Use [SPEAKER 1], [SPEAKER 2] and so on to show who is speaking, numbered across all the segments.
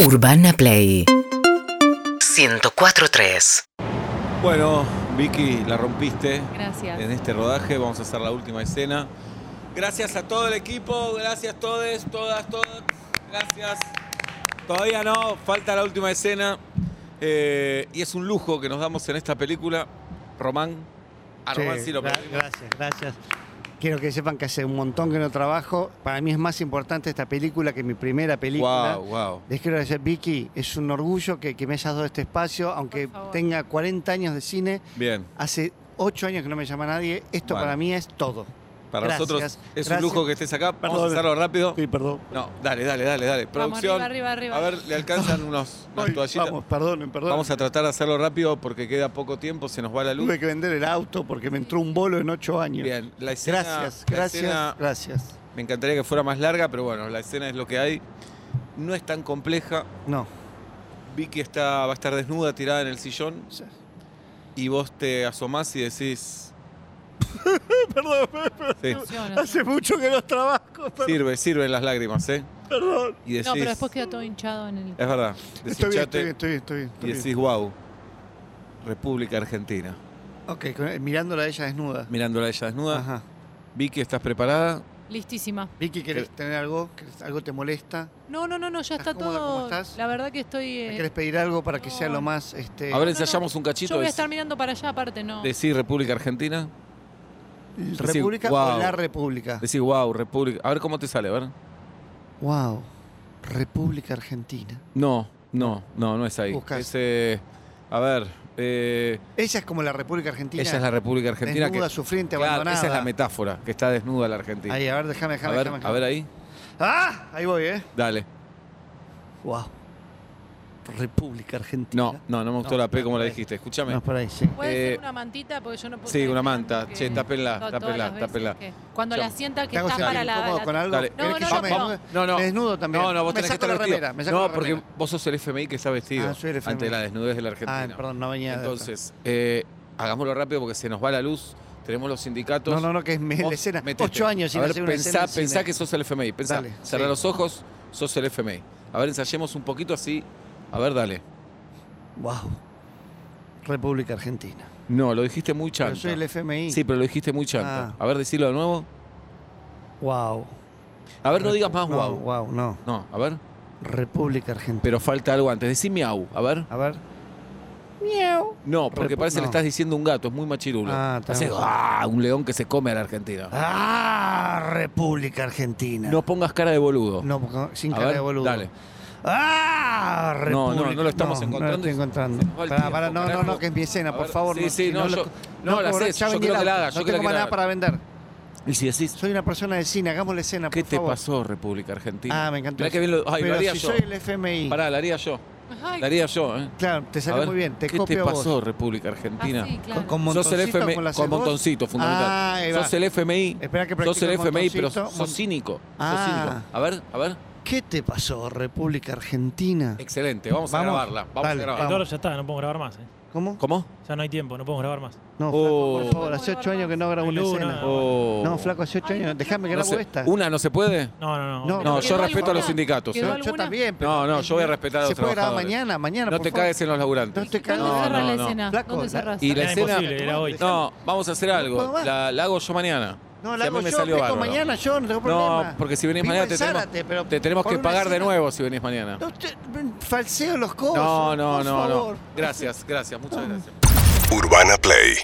[SPEAKER 1] Urbana Play 104.3
[SPEAKER 2] Bueno, Vicky, la rompiste
[SPEAKER 3] Gracias.
[SPEAKER 2] en este rodaje. Vamos a hacer la última escena. Gracias a todo el equipo, gracias a todos, todas, todas. Gracias. Todavía no, falta la última escena. Eh, y es un lujo que nos damos en esta película. Román, a
[SPEAKER 4] Sí,
[SPEAKER 2] Román sí lo
[SPEAKER 4] gra-
[SPEAKER 2] pedimos.
[SPEAKER 4] Gracias, gracias. Quiero que sepan que hace un montón que no trabajo. Para mí es más importante esta película que mi primera película.
[SPEAKER 2] Wow, wow.
[SPEAKER 4] Les quiero agradecer, Vicky, es un orgullo que, que me hayas dado este espacio, aunque
[SPEAKER 3] favor.
[SPEAKER 4] tenga 40 años de cine,
[SPEAKER 2] Bien,
[SPEAKER 4] hace 8 años que no me llama nadie, esto
[SPEAKER 2] Bueno.
[SPEAKER 4] para mí es todo.
[SPEAKER 2] para
[SPEAKER 4] Gracias,
[SPEAKER 2] nosotros es un
[SPEAKER 4] gracias.
[SPEAKER 2] lujo que estés acá. Vamos a
[SPEAKER 4] Perdón.
[SPEAKER 2] hacerlo rápido.
[SPEAKER 4] perdón.
[SPEAKER 2] No, dale, dale, dale, dale.
[SPEAKER 3] Vamos,
[SPEAKER 2] Producción.
[SPEAKER 3] arriba, arriba, arriba.
[SPEAKER 2] A ver, le alcanzan unos, unas toallitas.
[SPEAKER 4] vamos, perdonen, perdón.
[SPEAKER 2] Vamos a tratar de hacerlo rápido porque queda poco tiempo, se nos va la luz.
[SPEAKER 4] Tuve que vender el auto porque me entró un bolo en 8 años.
[SPEAKER 2] Bien, la escena.
[SPEAKER 4] Gracias,
[SPEAKER 2] la
[SPEAKER 4] gracias,
[SPEAKER 2] escena-
[SPEAKER 4] gracias.
[SPEAKER 2] me encantaría que fuera más larga, pero bueno, la escena es lo que hay. No es tan compleja.
[SPEAKER 4] No,
[SPEAKER 2] Vicky está, va a estar desnuda, tirada en el sillón,
[SPEAKER 4] ya-
[SPEAKER 2] y vos te asomás y decís.
[SPEAKER 4] perdón,
[SPEAKER 2] Sí,
[SPEAKER 3] Funciona.
[SPEAKER 4] hace mucho que no trabajo, perdón.
[SPEAKER 2] sirve, sirven las lágrimas, ¿eh?
[SPEAKER 4] perdón.
[SPEAKER 2] Y decís.
[SPEAKER 3] No, pero después queda todo hinchado en el.
[SPEAKER 2] Es verdad.
[SPEAKER 4] Estoy bien, estoy
[SPEAKER 2] deshinchate
[SPEAKER 4] bien, estoy bien, estoy bien,
[SPEAKER 2] y
[SPEAKER 4] estoy bien.
[SPEAKER 2] decís, wow. República Argentina.
[SPEAKER 4] Ok, con- mirándola a ella desnuda.
[SPEAKER 2] Mirándola a ella desnuda.
[SPEAKER 4] Ajá.
[SPEAKER 2] Vicky, ¿estás preparada?
[SPEAKER 3] Listísima.
[SPEAKER 4] Vicky, ¿querés tener algo? ¿Querés- ¿Algo te molesta?
[SPEAKER 3] No, no, no, no, ya
[SPEAKER 4] ¿Estás
[SPEAKER 3] está
[SPEAKER 4] cómoda
[SPEAKER 3] todo.
[SPEAKER 4] como estás?
[SPEAKER 3] La verdad que estoy. eh,
[SPEAKER 4] ¿Querés pedir algo para que sea
[SPEAKER 3] no.
[SPEAKER 4] lo más... Este,
[SPEAKER 2] A ver,
[SPEAKER 3] no, no.
[SPEAKER 2] ensayamos un cachito.
[SPEAKER 3] Yo voy a
[SPEAKER 2] de-
[SPEAKER 3] estar mirando para allá, aparte, no.
[SPEAKER 2] Decís República Argentina.
[SPEAKER 4] ¿República
[SPEAKER 2] decir, wow.
[SPEAKER 4] o la República?
[SPEAKER 2] Decís, wow, República. A ver cómo te sale, a ver.
[SPEAKER 4] Wow, República Argentina.
[SPEAKER 2] No, no, no, no es ahí.
[SPEAKER 4] Buscás.
[SPEAKER 2] Es, eh, a ver, eh,
[SPEAKER 4] Ella es como la República Argentina.
[SPEAKER 2] ella es la República Argentina.
[SPEAKER 4] desnuda,
[SPEAKER 2] que,
[SPEAKER 4] sufriente,
[SPEAKER 2] Claro,
[SPEAKER 4] abandonada.
[SPEAKER 2] esa es la metáfora, que está desnuda la Argentina.
[SPEAKER 4] Ahí, a ver, déjame,
[SPEAKER 2] a,
[SPEAKER 4] déjame,
[SPEAKER 2] ver,
[SPEAKER 4] déjame.
[SPEAKER 2] a ver ahí,
[SPEAKER 4] ¡Ah! Ahí voy, ¿eh?
[SPEAKER 2] dale.
[SPEAKER 4] Wow. República Argentina.
[SPEAKER 2] No, no, no me gustó
[SPEAKER 4] No,
[SPEAKER 2] la P
[SPEAKER 4] no,
[SPEAKER 2] como la
[SPEAKER 4] no.
[SPEAKER 2] dijiste, escúchame.
[SPEAKER 4] No, es por ahí, sí.
[SPEAKER 3] ¿Puede
[SPEAKER 2] eh,
[SPEAKER 3] ser una mantita? Porque yo no puedo.
[SPEAKER 2] sí,
[SPEAKER 3] estar
[SPEAKER 2] una
[SPEAKER 3] esperando
[SPEAKER 2] manta.
[SPEAKER 3] que-
[SPEAKER 2] Che, tápenla,
[SPEAKER 3] Todas
[SPEAKER 2] tápenla,
[SPEAKER 3] las veces
[SPEAKER 2] tápenla.
[SPEAKER 3] que- Cuando la
[SPEAKER 2] Yo-
[SPEAKER 3] sienta
[SPEAKER 4] ¿Te
[SPEAKER 3] que
[SPEAKER 4] hago
[SPEAKER 3] está
[SPEAKER 4] sentir
[SPEAKER 3] para la.
[SPEAKER 4] incómodo
[SPEAKER 3] la-
[SPEAKER 4] con algo?
[SPEAKER 2] Dale.
[SPEAKER 4] ¿Querés
[SPEAKER 3] No,
[SPEAKER 4] que
[SPEAKER 3] no,
[SPEAKER 4] yo
[SPEAKER 3] no,
[SPEAKER 4] me-
[SPEAKER 3] no.
[SPEAKER 2] No, no.
[SPEAKER 4] Me desnudo también.
[SPEAKER 2] No, no, vos
[SPEAKER 4] me
[SPEAKER 2] tenés que
[SPEAKER 4] saco
[SPEAKER 2] estar
[SPEAKER 4] la
[SPEAKER 2] vestido.
[SPEAKER 4] remera, me saco
[SPEAKER 2] no,
[SPEAKER 4] la
[SPEAKER 2] porque
[SPEAKER 4] remera.
[SPEAKER 2] vos sos el FMI que está vestido
[SPEAKER 4] Ah, soy el
[SPEAKER 2] ante
[SPEAKER 4] FMI.
[SPEAKER 2] la desnudez de la Argentina.
[SPEAKER 4] Ah, perdón, no venía de atrás.
[SPEAKER 2] Entonces, eh, hagámoslo rápido porque se nos va la luz. Tenemos los sindicatos.
[SPEAKER 4] No, no, no, que es me-
[SPEAKER 2] Vos
[SPEAKER 4] la escena.
[SPEAKER 2] metete.
[SPEAKER 4] Ocho años sin
[SPEAKER 2] a ver,
[SPEAKER 4] hacer una
[SPEAKER 2] pensá,
[SPEAKER 4] escena en
[SPEAKER 2] pensá
[SPEAKER 4] cine.
[SPEAKER 2] que sos el FMI. Pensá.
[SPEAKER 4] Dale,
[SPEAKER 2] Cerrá
[SPEAKER 4] sí.
[SPEAKER 2] los ojos, sos el FMI. A ver, ensayemos un poquito así. A ver, dale.
[SPEAKER 4] Wow. República Argentina.
[SPEAKER 2] No, lo dijiste muy
[SPEAKER 4] Yo
[SPEAKER 2] chanta.
[SPEAKER 4] soy el FMI.
[SPEAKER 2] Sí, pero lo dijiste muy chanta.
[SPEAKER 4] Ah.
[SPEAKER 2] A ver, decilo de nuevo.
[SPEAKER 4] Wow.
[SPEAKER 2] A ver, no digas más
[SPEAKER 4] no,
[SPEAKER 2] guau.
[SPEAKER 4] Wow, no.
[SPEAKER 2] No, a ver.
[SPEAKER 4] República Argentina.
[SPEAKER 2] Pero falta algo antes. Decí miau. A ver.
[SPEAKER 4] A ver. Miau.
[SPEAKER 2] No, porque
[SPEAKER 4] Repu-
[SPEAKER 2] parece que le
[SPEAKER 4] no.
[SPEAKER 2] estás diciendo un gato. Es muy machirulo.
[SPEAKER 4] Ah, está
[SPEAKER 2] Haces,
[SPEAKER 4] bien.
[SPEAKER 2] "Ah", un león que se come a la Argentina.
[SPEAKER 4] Ah, República Argentina.
[SPEAKER 2] No pongas cara de boludo.
[SPEAKER 4] No, porque- sin
[SPEAKER 2] A
[SPEAKER 4] cara
[SPEAKER 2] ver,
[SPEAKER 4] de boludo.
[SPEAKER 2] Dale.
[SPEAKER 4] ¡Ah!
[SPEAKER 2] No, no,
[SPEAKER 4] República-
[SPEAKER 2] no lo estamos encontrando.
[SPEAKER 4] No lo estoy
[SPEAKER 2] Se nos va
[SPEAKER 4] encontrando.
[SPEAKER 2] el
[SPEAKER 4] Pará,
[SPEAKER 2] tiempo,
[SPEAKER 4] pará, no, no,
[SPEAKER 2] carajo.
[SPEAKER 4] no, que es mi escena,
[SPEAKER 2] A
[SPEAKER 4] por
[SPEAKER 2] ver,
[SPEAKER 4] favor.
[SPEAKER 2] sí, sí,
[SPEAKER 4] si
[SPEAKER 2] no, yo-
[SPEAKER 4] co-
[SPEAKER 2] no, la
[SPEAKER 4] cobro-
[SPEAKER 2] haces,
[SPEAKER 4] ya
[SPEAKER 2] yo
[SPEAKER 4] vendí
[SPEAKER 2] creo
[SPEAKER 4] el
[SPEAKER 2] que la
[SPEAKER 4] auto,
[SPEAKER 2] hagas, yo
[SPEAKER 4] No
[SPEAKER 2] creo
[SPEAKER 4] tengo
[SPEAKER 2] que
[SPEAKER 4] más
[SPEAKER 2] la
[SPEAKER 4] nada
[SPEAKER 2] hagas.
[SPEAKER 4] para vender.
[SPEAKER 2] Y si decís,
[SPEAKER 4] Soy una persona de cine, hagamos la escena,
[SPEAKER 2] ¿qué
[SPEAKER 4] por
[SPEAKER 2] te
[SPEAKER 4] favor.
[SPEAKER 2] pasó, República Argentina?
[SPEAKER 4] Ah, me encantó.
[SPEAKER 2] Mirá que bien lo- ay, lo
[SPEAKER 4] Pero
[SPEAKER 2] haría
[SPEAKER 4] si
[SPEAKER 2] yo.
[SPEAKER 4] soy el FMI.
[SPEAKER 2] Pará, la haría yo.
[SPEAKER 3] Ay,
[SPEAKER 2] La haría yo, ¿eh?
[SPEAKER 4] Claro, te
[SPEAKER 2] A
[SPEAKER 4] salió
[SPEAKER 2] ver,
[SPEAKER 4] muy bien. Te
[SPEAKER 2] ¿Qué
[SPEAKER 4] copio
[SPEAKER 2] te
[SPEAKER 4] a vos.
[SPEAKER 2] pasó, República Argentina?
[SPEAKER 3] Ah, sí, claro.
[SPEAKER 4] Con
[SPEAKER 2] Sos el
[SPEAKER 4] montoncito,
[SPEAKER 2] FMI,
[SPEAKER 4] como la hacés
[SPEAKER 2] con
[SPEAKER 4] vos.
[SPEAKER 2] montoncito, fundamental.
[SPEAKER 4] Ah, ahí va.
[SPEAKER 2] sos el FMI,
[SPEAKER 4] Esperá que
[SPEAKER 2] sos
[SPEAKER 4] practique
[SPEAKER 2] el FMI, pero
[SPEAKER 4] montoncito,
[SPEAKER 2] sos
[SPEAKER 4] mon-
[SPEAKER 2] cínico.
[SPEAKER 4] Ah.
[SPEAKER 2] Sos cínico. A ver, a ver.
[SPEAKER 4] ¿Qué te pasó, República Argentina?
[SPEAKER 2] Excelente, vamos, a
[SPEAKER 4] Vamos,
[SPEAKER 2] grabarla. Vamos
[SPEAKER 4] dale,
[SPEAKER 2] a grabarla.
[SPEAKER 4] vamos.
[SPEAKER 5] Doctor, ya está, no podemos grabar más. ¿eh?
[SPEAKER 4] ¿Cómo?
[SPEAKER 2] ¿Cómo?
[SPEAKER 5] Ya no hay tiempo, no podemos grabar más.
[SPEAKER 4] No,
[SPEAKER 2] Oh.
[SPEAKER 4] flaco, por favor, hace ocho años que no grabo una
[SPEAKER 5] Luna.
[SPEAKER 4] escena.
[SPEAKER 2] Oh.
[SPEAKER 4] No, flaco, hace ocho
[SPEAKER 3] Ay, no,
[SPEAKER 4] años. Déjame
[SPEAKER 2] No
[SPEAKER 4] grabo
[SPEAKER 2] sé,
[SPEAKER 4] esta.
[SPEAKER 2] ¿Una no se puede?
[SPEAKER 5] No, no, no.
[SPEAKER 4] No,
[SPEAKER 2] No,
[SPEAKER 3] Pero
[SPEAKER 2] yo
[SPEAKER 3] quedó
[SPEAKER 2] respeto a los
[SPEAKER 3] alguna.
[SPEAKER 2] sindicatos.
[SPEAKER 3] Quedó
[SPEAKER 2] ¿eh?
[SPEAKER 4] No,
[SPEAKER 3] alguna?
[SPEAKER 4] yo también, pero.
[SPEAKER 2] No, no, yo voy a respetar a los
[SPEAKER 4] Se puede grabar
[SPEAKER 2] trabajadores.
[SPEAKER 4] mañana, mañana.
[SPEAKER 2] No
[SPEAKER 4] por
[SPEAKER 2] te
[SPEAKER 4] favor.
[SPEAKER 2] cagues en los laburantes.
[SPEAKER 4] No te cagues.
[SPEAKER 3] ¿Dónde
[SPEAKER 2] No,
[SPEAKER 3] cerrás
[SPEAKER 2] no,
[SPEAKER 3] la
[SPEAKER 2] no.
[SPEAKER 3] escena?
[SPEAKER 4] Flaco,
[SPEAKER 3] ¿Dónde
[SPEAKER 4] la-
[SPEAKER 3] cerrás?
[SPEAKER 2] Y la
[SPEAKER 5] Era
[SPEAKER 2] escena.
[SPEAKER 5] imposible, era hoy.
[SPEAKER 2] No, vamos a hacer
[SPEAKER 4] No
[SPEAKER 2] algo.
[SPEAKER 4] puedo más.
[SPEAKER 2] La, la hago yo mañana.
[SPEAKER 4] No,
[SPEAKER 2] Si
[SPEAKER 4] la
[SPEAKER 2] a mí
[SPEAKER 4] hago
[SPEAKER 2] me
[SPEAKER 4] yo,
[SPEAKER 2] salió
[SPEAKER 4] Pico,
[SPEAKER 2] bárbaro.
[SPEAKER 4] mañana yo no tengo problema.
[SPEAKER 2] No, porque si venís
[SPEAKER 4] Vivo
[SPEAKER 2] mañana
[SPEAKER 4] en
[SPEAKER 2] te tenemos,
[SPEAKER 4] Zárate, pero
[SPEAKER 2] te tenemos
[SPEAKER 4] por
[SPEAKER 2] que
[SPEAKER 4] una
[SPEAKER 2] pagar de
[SPEAKER 4] escena-
[SPEAKER 2] nuevo si venís mañana.
[SPEAKER 4] No, usted- falseo los codos.
[SPEAKER 2] No, no,
[SPEAKER 4] por
[SPEAKER 2] no, no.
[SPEAKER 4] favor.
[SPEAKER 2] Gracias, gracias, muchas gracias.
[SPEAKER 6] Urbana Play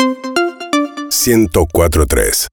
[SPEAKER 6] 1043